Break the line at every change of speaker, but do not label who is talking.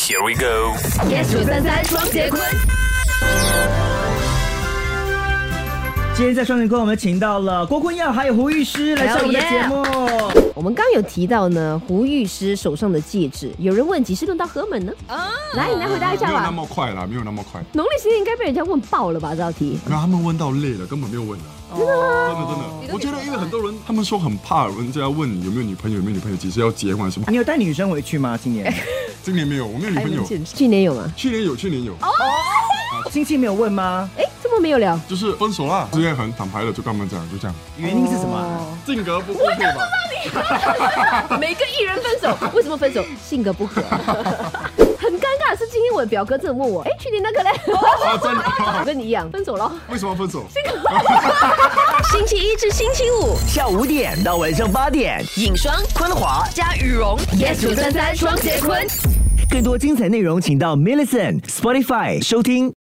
Here we go。
yes 九三三双节棍。
今天在双人歌，我们请到了郭坤耀还有胡律师来上我们的节目。
我们刚有提到呢，胡律师手上的戒指，有人问几时轮到何门呢？来，你来回答一下
没有那
吧。
么快啦，没有那么快。
农历新年应该被人家问爆了吧？这道题，
然后他们问到累了，根本没有问了。啊
哦
真的真的，我觉得因为很多人他们说很怕人家问你有没有女朋友，有没有女朋友，几时要结婚什么。
你有带女生回去吗？今年
今年没有，我没有女朋友。
去年有哦吗？
去年有，去年有，
亲戚没有问吗？
哎，这么没有聊。
就是分手啦。之前很坦白的就跟他们讲，就这样，
原因是什么啊？
哦
性格不合吧。
每个艺人分手，为什么分手？性格不合。很尴尬的是，今天我的表哥真的问我，哎，去年那个嘞？
啊，真
我
的？
跟你一样，分手了。
为什么要分手？
星期一至星期五，
下午五点到晚上八点，
影双
昆华。
加羽绒
yes 九三三双节棍。
更多精彩内容，请到 Millison Spotify 收听。